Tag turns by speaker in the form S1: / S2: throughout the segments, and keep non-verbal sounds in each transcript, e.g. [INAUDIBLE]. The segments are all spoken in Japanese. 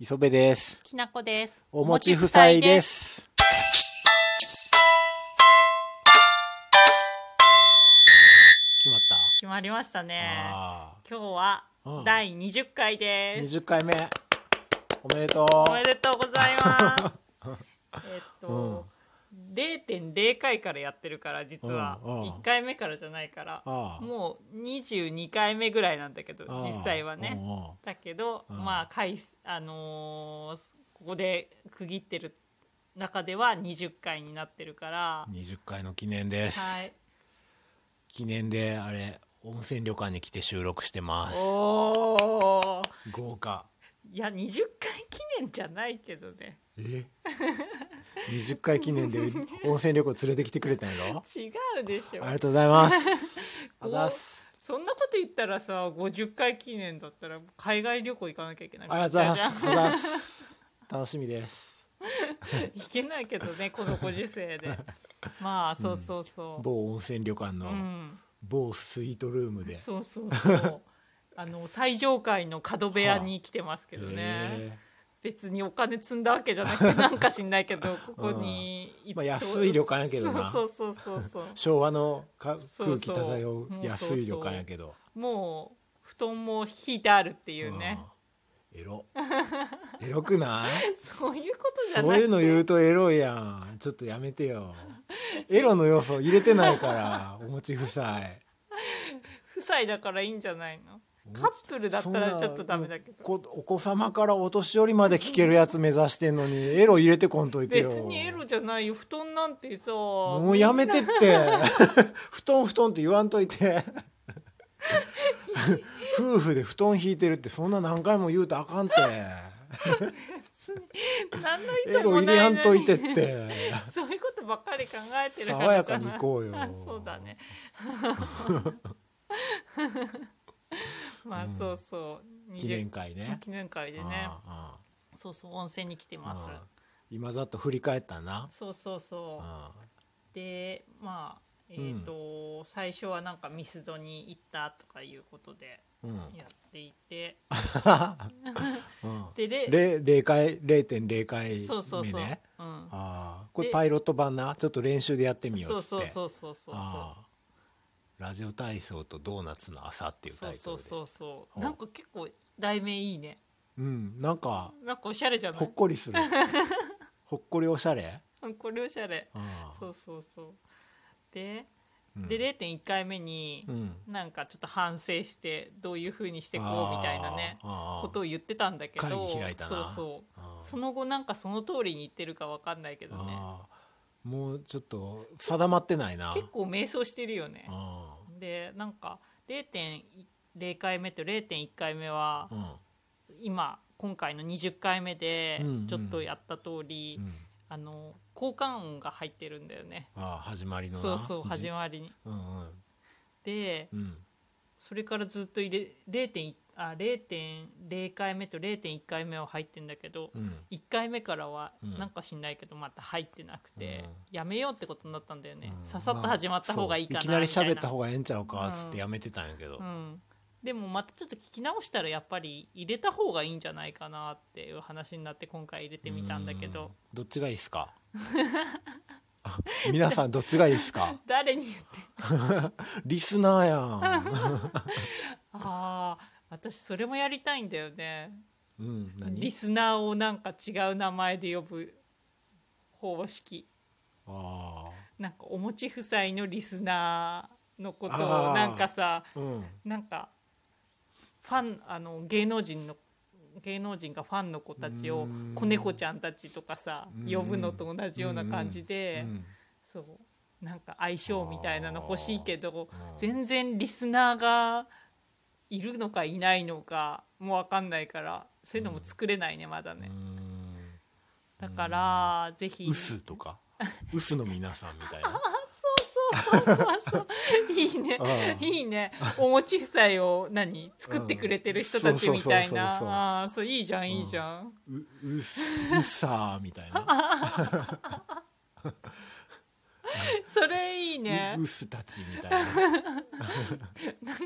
S1: 磯部です。
S2: きなこです。
S1: お持ち夫妻で。す。決まっ
S2: 決まりました
S1: た。
S2: ね。
S1: あ
S2: 今日は
S1: うん
S2: 第20回
S1: あ、
S2: で
S1: 二
S2: す。
S1: 十回目。おめでとう。
S2: おめでとうござ
S1: [LAUGHS]
S2: います。えっと、0.0回からやってるから実は
S1: うんうん
S2: 1回目からじゃないから、
S1: ああ
S2: もう22回目ぐらいなんだけど
S1: ああ
S2: 実際はね。
S1: うんうん
S2: だけど、
S1: うん
S2: まあ回数あのーここで区切ってる中では20回になってるから。
S1: 二十回の記念です。
S2: はい。
S1: 記念であれ温泉旅館に来て収録してます。
S2: おお。
S1: 豪
S2: [LAUGHS]
S1: 華。
S2: いや20回記念じゃないけどね？
S1: え？二十回記念で温泉旅行連れてきてくれたんやろ
S2: [LAUGHS] 違うでしょ
S1: ありがとうござい
S2: [LAUGHS]
S1: ます。あざっす。
S2: そんなこと言ったらさ50回記念だったら海外旅行行かなきゃいけない
S1: ありがとうございます。ありがとうございます。楽しみです。
S2: 行けないけどねこのご時
S1: [LAUGHS]
S2: 世でまあそうそうそう、
S1: 某温泉旅館の
S2: うん、
S1: 某スイートルームで。
S2: そうそうそう
S1: [LAUGHS]
S2: あの最上階の角部屋に来てますけどね、
S1: へ
S2: 別にお金積んだわけじゃ
S1: [LAUGHS]
S2: なくてなんか知んないけどここに行って、
S1: まあ安い旅館やけどな
S2: そうそうそうそうそう
S1: え昭和のか
S2: そう
S1: 空気
S2: そう
S1: 漂う安い旅館やけど。
S2: もう布団も引いてあるっていうね、
S1: うん。エロ。エロく
S2: [LAUGHS]
S1: ない？
S2: そういうことじゃ
S1: そう
S2: ない
S1: いうの言うとエロいやん。ちょっとやめてよ。エロの要素入れてないから、お持ち夫妻。
S2: 夫妻だからいいんじゃないのカップルだったらちょっとダメだけど
S1: こお子様からお年寄りまで聞けるやつ目指してんのにエロ入れてこんといてよ
S2: 別にエロじゃないよ布団なんてさも
S1: もうやめてって [LAUGHS] 布団布団って言わんとい
S2: [LAUGHS]
S1: て夫婦で布団引いてるってそんな何回も言うとあかん
S2: [LAUGHS]
S1: て
S2: 何の意
S1: エ
S2: 図
S1: ロ
S2: も
S1: 入
S2: な
S1: れ
S2: い
S1: や
S2: の
S1: ん
S2: に
S1: といてって
S2: [LAUGHS] そういうことばっかり考えてるから
S1: 爽やかに行こうよ
S2: [LAUGHS] そうだねまあそうそう
S1: 記念会
S2: 20
S1: ね
S2: 記念会でね
S1: ああ
S2: そうそう温泉に来て
S1: ああ
S2: ます
S1: 今ざっと振り返ったな
S2: そうそうそう
S1: ああ
S2: でまあえっ、と、最初はなんかミスドに行ったとかいうことで
S1: うん
S2: やっていて、
S1: うん
S2: でれ
S1: れ0回0.0回目ね
S2: そうそうそう、うん、
S1: ああこれ
S2: で
S1: パイロット版なちょっと練習でやってみよ
S2: そうう
S1: っつって
S2: そうそうそうそう
S1: ああラジオ体操とドーナツの朝っていう
S2: そ
S1: タ
S2: う
S1: イト
S2: そ
S1: ル
S2: う
S1: で
S2: そうそう
S1: ほう
S2: なんか結構題名いいね
S1: うんなんか
S2: なんかおしゃれじゃな
S1: ほ
S2: い
S1: っこりするほっこりおしゃれ
S2: うんこれおしゃれ
S1: ああ
S2: そうそうそうで
S1: うん
S2: で0.1回目に
S1: うん
S2: なんかちょっと反省してどういう風にしてこうみたいなね
S1: ああ
S2: ことを言ってたんだけど
S1: 会議開いたな
S2: そうそう
S1: ああ
S2: その後なんかその通りに言ってるかわかんないけどね
S1: ああもうちょっと定まってないな
S2: 結構迷走してるよね
S1: あ
S2: でなんか0.0回目と0.1回目は
S1: あ
S2: 今今回の20回目で
S1: うんうん
S2: ちょっとやった通り、
S1: うん、うん、
S2: あの交換音が入ってるんだよね
S1: ああ始まりのな
S2: そうそう始
S1: ま
S2: まりに
S1: うんうん
S2: で
S1: うん
S2: それからずっと入れ0.1あ0.0回目と0.1回目は入ってんだけど、
S1: うん
S2: 1回目からは
S1: うん
S2: なんか知んないけどまた入ってなくて、
S1: う
S2: やめようってことになったんだよね、
S1: うん
S2: ささっと始まった方がいいかなみたい
S1: ま
S2: な、
S1: あそういきなり喋った方がええんちゃうかっつっ
S2: うん
S1: てやめてたんやけど、
S2: うん、でもまたちょっと聞き直したらやっぱり入れた方がいいんじゃないかなっていう話になって今回入れてみたんだけ
S1: う
S2: ど
S1: んどっちがいいっすか皆さんどっちがいいっすか
S2: 誰に言って
S1: リスナーや
S2: ああ私それもやりたいんだよね
S1: ん、うん、
S2: リスナーをなんか違う名前で呼ぶ方式
S1: あ
S2: なんかお持ち夫妻のリスナーのこと
S1: あ
S2: を
S1: ー
S2: なんか
S1: あ
S2: さ
S1: うん
S2: なんかファンあの芸能人の芸能人がファンの子たち
S1: う
S2: を
S1: ん
S2: 子猫ちゃんたちとかさ
S1: うん
S2: 呼ぶのと同じような感じで
S1: うん
S2: そうなんか相性みたいなの欲しいけど
S1: あー
S2: 全然リスナーがいるのかいないのかも分かんないからそういうのも作れないねまだ
S1: う
S2: ね
S1: ん
S2: だからぜひ
S1: ウスと
S2: [LAUGHS]
S1: かウスの皆さんみたいな
S2: そうそうそうそ
S1: [LAUGHS]
S2: うそういいね
S1: あー
S2: いいねお持ち夫妻を何作ってくれてる人たちみたい
S1: うんそうそうそうそう
S2: なあーそういいじゃんいいじゃん [LAUGHS]
S1: うウスウサーみたいな
S2: それいいね
S1: うウスたちみ
S2: [LAUGHS]
S1: たいな、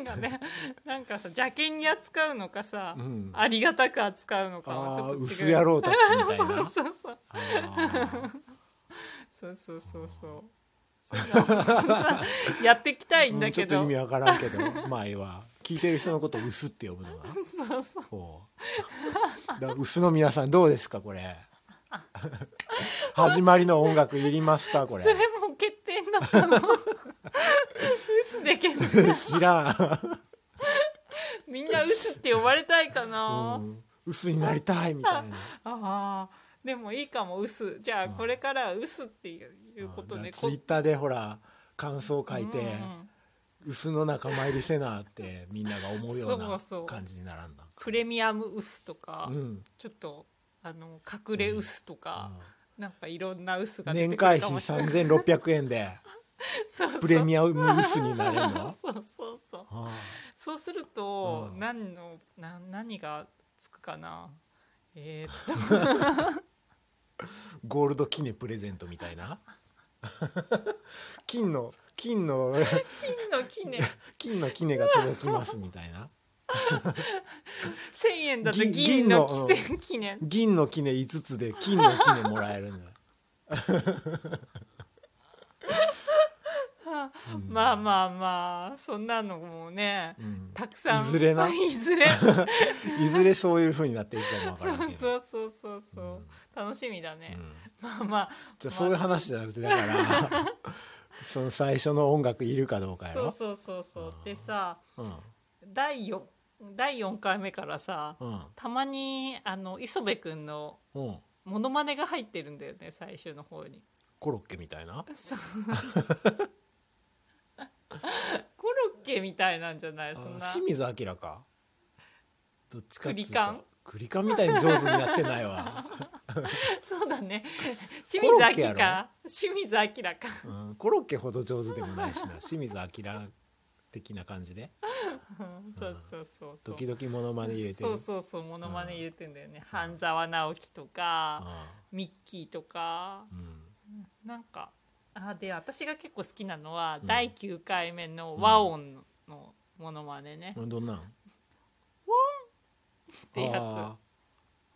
S2: なんかねなんかさ邪険に扱うのかさ、
S1: うん、
S2: ありがたく扱うのかはちょ
S1: あ
S2: っ
S1: あ
S2: と違う
S1: ウス野郎たちみたい
S2: [LAUGHS] そう
S1: な
S2: そうそう
S1: あー
S2: そうそうそうそうそういうのさやっていきたいん
S1: う
S2: だ
S1: んちょ
S2: け
S1: っと
S2: ど、
S1: 意味わからんけどまあええわ聞いてる人のことを「うす」って呼ぶのが
S2: [LAUGHS] そうそう
S1: こうだからうすの皆さんどうですかこ
S2: [LAUGHS]
S1: れ始まりの音楽いりますかこれ
S2: それもう決定になったの [LAUGHS] 薄で決定
S1: 知らん
S2: みんな薄って呼ばれたいかな、
S1: うん薄になりたいみたいな
S2: あーでもいいかも薄じゃあ
S1: うん
S2: これから薄っていういうことで
S1: ツイッターでほら感想書いて
S2: うんうん
S1: 「薄の仲間入りせな」ってみんなが思うよう
S2: そ
S1: な
S2: うそう
S1: 感じにならんな
S2: プレミアム薄とか、
S1: うん
S2: ちょっとあの隠れ薄とか、なんかいろんな
S1: う
S2: 薄
S1: ん
S2: が出て
S1: 年
S2: く
S1: 会
S2: るか
S1: 費
S2: もしれない
S1: 3600円で
S2: [LAUGHS] そうそう
S1: プレミアム薄になれるの
S2: [LAUGHS] そうそうそう
S1: あ
S2: そうすると、
S1: うん
S2: 何のな何がつくかなえー、っ
S1: ーゴールド記念プレゼントみたいな金の金の
S2: と
S1: [LAUGHS]
S2: 金の記念
S1: 金のキネが届きますみたいな
S2: 1000円だと
S1: 銀
S2: 銀の
S1: 銀の
S2: 汽船記念
S1: 銀のキネ5つで金のキネもらえるんだうん
S2: まあまあまあそんなのもね
S1: うん
S2: たくさん
S1: いずれ
S2: [LAUGHS]
S1: ない [LAUGHS]
S2: ずれ
S1: い [LAUGHS] ずれそういう風になっていくかもわからんけど
S2: そうそうそうそう、
S1: うん
S2: 楽しみだね
S1: う、ん
S2: まあま
S1: じゃあそういう話じゃなくてだから
S2: [LAUGHS]
S1: その最初の音楽いるかどうか
S2: あ
S1: や
S2: そう
S1: ろ
S2: そうそうそう
S1: うん
S2: でさ
S1: うん
S2: 第 4, 第4回目からさ
S1: うん
S2: たまにあの磯部君の
S1: うん
S2: モノマネが入ってるんだよね最終の方に
S1: コロッケみたいな
S2: そうコロッケみたいなんじゃないそ
S1: あ
S2: んな
S1: 清水明かどっちかっつうと
S2: クリカン
S1: クリカンみたいに上手にやってないわ、
S2: [LAUGHS] そうだ
S1: [LAUGHS]
S2: ね清
S1: コロッケ
S2: 水
S1: や
S2: 明
S1: ろ
S2: か清水明か
S1: うん、コロッケほど上手でもないしな清水明的な感じで
S2: うんそうそうそうそう
S1: 時々モノマネ入れてる
S2: そうそうそうモノマネ入れてんだよね半沢直樹と
S1: う
S2: か
S1: ん
S2: ミッキーとか
S1: うん
S2: なんかあで私が結構好きなのは、
S1: うん
S2: 第9回目の和音のモノマネね、
S1: うん、どんなん
S2: てやつ
S1: あ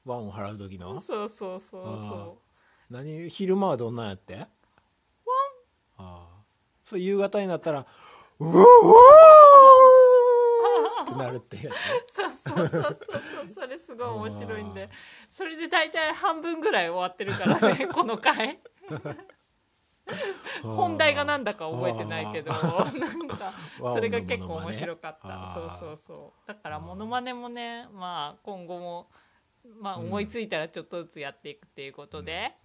S1: ーワンを払う時の
S2: そうそうそう
S1: あ
S2: そ
S1: 何昼間はどんなんやってワンああそう夕方になったら「うおーってなるってや
S2: うそうそうそうそうそうそれすごい面白いんでそれで大体半分ぐらい終わってるからねこの回
S1: つ
S2: [LAUGHS] 本題が何
S1: だ
S2: だか覚えてないけどなんか
S1: 和音のモノマネ
S2: それが結構面白かっ
S1: あ
S2: たそう
S1: ー
S2: そうそうだからモノマネもねまあ今後もまあ思いついたらちょっとずつやっていくっていうことで、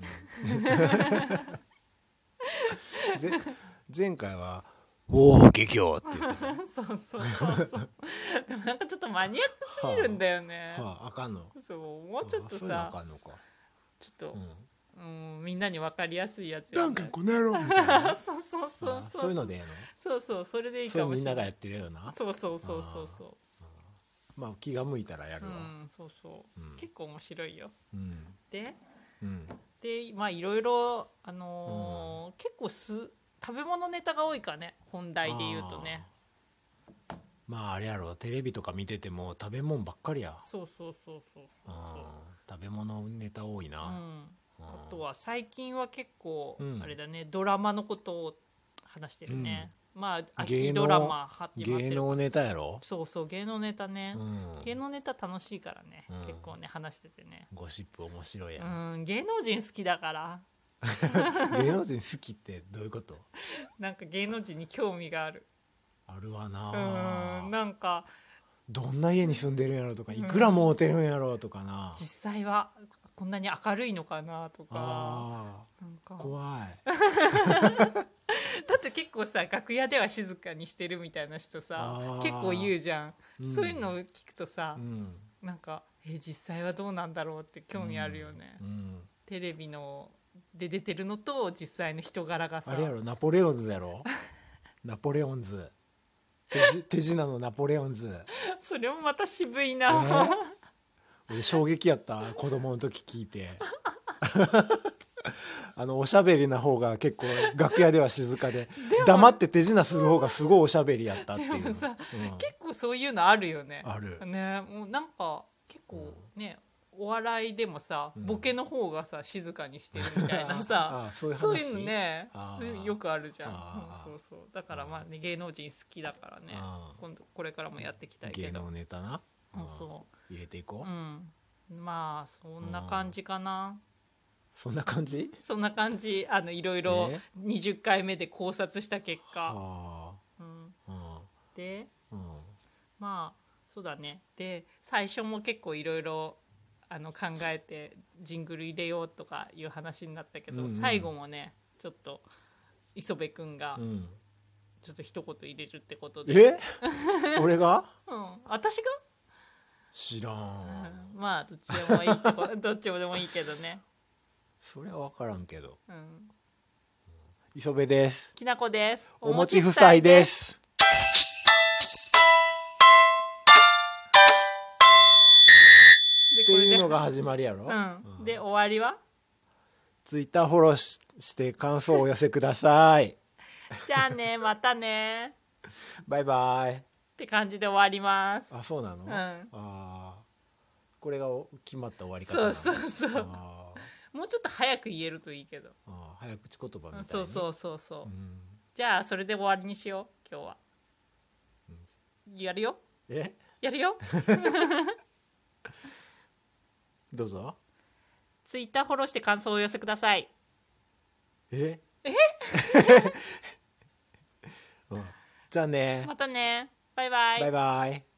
S1: 前回は「おお激昂」って言ってた、は
S2: そうそうそうそうでもなんかちょっとマニアックすぎるんだよね、
S1: あ、あかんの
S2: そうもうちょっと
S1: あそういうのあ
S2: さ
S1: かんのか、
S2: ちょっ
S1: う
S2: と、
S1: ん、
S2: うん、みんなに分かりやすいやつ
S1: ダ
S2: や
S1: ン
S2: ん
S1: カンこの野郎みたいな
S2: そうそうそう
S1: あ
S2: そう
S1: そういうのでええの
S2: そうそうそれでいい
S1: それ
S2: かも
S1: みん
S2: しれ
S1: なが
S2: な
S1: やっ
S2: い
S1: てるような
S2: そうそうそうそうそ
S1: まあ気が向いたらや
S2: うう
S1: るわ
S2: んそうそう、
S1: うん
S2: 結構面白いよ
S1: うん
S2: で
S1: うん
S2: でまあいろいろあのー結構す食べ物ネタが多いかね本題で言うとね
S1: まああれやろテレビとか見てても食べ物ばっかりや
S2: そうそうそうそうそう
S1: あー食べ物ネタ多いうな、
S2: ん
S1: うん
S2: あとは最近は結構
S1: うん
S2: あれだね、ドラマのことを話してるね、まあ
S1: 芸
S2: 秋
S1: 能
S2: ドラマ始まって
S1: 芸
S2: る
S1: 能ネタやろ、
S2: そうそう芸能ネタね
S1: う、ん、
S2: 芸能ネタ楽しいからね、
S1: うん
S2: 結構ね話しててね
S1: ゴシップ面白いや、
S2: うんん芸能人好きだから
S1: 芸能人好きってどういうこと
S2: なんか芸能人に興味がある
S1: あるわ
S2: う
S1: な、
S2: んなんか
S1: どんな家に住んでるんやろとかいくら儲てるんやろとかな、
S2: 実際はこんなに明るいのかなとか
S1: あ
S2: なんか
S1: ー怖い
S2: だって結構さ楽屋では静かにしてるみたいな人
S1: あ
S2: さ
S1: ー
S2: 結構言うじゃん、
S1: うん
S2: そういうのを聞くとさ
S1: う、ん
S2: なんかえ実際はどうなんだろうって興味あるよね、
S1: うん
S2: テレビので出てるのと実際の人柄がさ
S1: あれやろナポレオンズやろナポレオンズ手じ手品のナポレオンズ
S2: それもまた渋い
S1: え
S2: な、
S1: 俺衝撃やった子供の時聞いて [LAUGHS] あのおしゃべりな方が結構楽屋では静かで黙って手品する方がすごいおしゃべりやったっていう
S2: で
S1: の、
S2: もさ
S1: うん
S2: [LAUGHS] 結構そういうのあるよね
S1: ある
S2: ねもうなんか結構ね、お笑いでもさ
S1: うん
S2: ボケの方がさ静かにしてるみたいなさ
S1: [LAUGHS] あそういう話
S2: そういうのね
S1: あー
S2: よくあるじゃん、うん
S1: あー
S2: そうそうだからまあね芸能人好きだからね
S1: あー
S2: 今度これからもやっていきたいけ
S1: 芸
S2: ど
S1: 能ネタな、
S2: うんそ
S1: 入れていこ
S2: う
S1: う、
S2: うんまあそんな感じかな
S1: そんな感じ
S2: そんな感じあのいろいろ
S1: ね
S2: 20回目で考察した結果、
S1: あ
S2: うん、
S1: あ
S2: で
S1: うんうん
S2: まあそうだねで最初も結構いろいろあの考えてジングル入れようとかいう話になったけど、
S1: うんうん
S2: 最後もねちょっと磯部君が
S1: うん
S2: ちょっと一言入れるってことで、 [LAUGHS]
S1: え俺が
S2: うん、私
S1: 知ら
S2: が、
S1: ん
S2: うんまあどっちでもいいってこと [LAUGHS] どっちでもいいけどね、
S1: それは分からんけど
S2: うん、
S1: 磯部です
S2: きなこです
S1: お餅夫妻ですすっていうのが始まりやろ、
S2: うん、で終わりは
S1: ツイッターフォローしして感想をお寄せください
S2: じゃあ
S1: [LAUGHS]
S2: ねまたねっ
S1: バイバイ
S2: て感じで終わります
S1: あそうなの、
S2: ん
S1: ああこれがお決まった終わり方
S2: そ
S1: なの
S2: うそうそう
S1: あー
S2: もうちょっと早く言えるといいけど、
S1: あー早口言葉みたいな、
S2: そうそうそう
S1: う
S2: そう、
S1: ん、
S2: じゃあそれで終わりにしよう今日は、やるよ
S1: え
S2: やるよ
S1: どうぞ
S2: ツイッターフォローして感想をお寄せください
S1: え [LAUGHS] えじゃあね、
S2: またねバイバイ
S1: バイバイ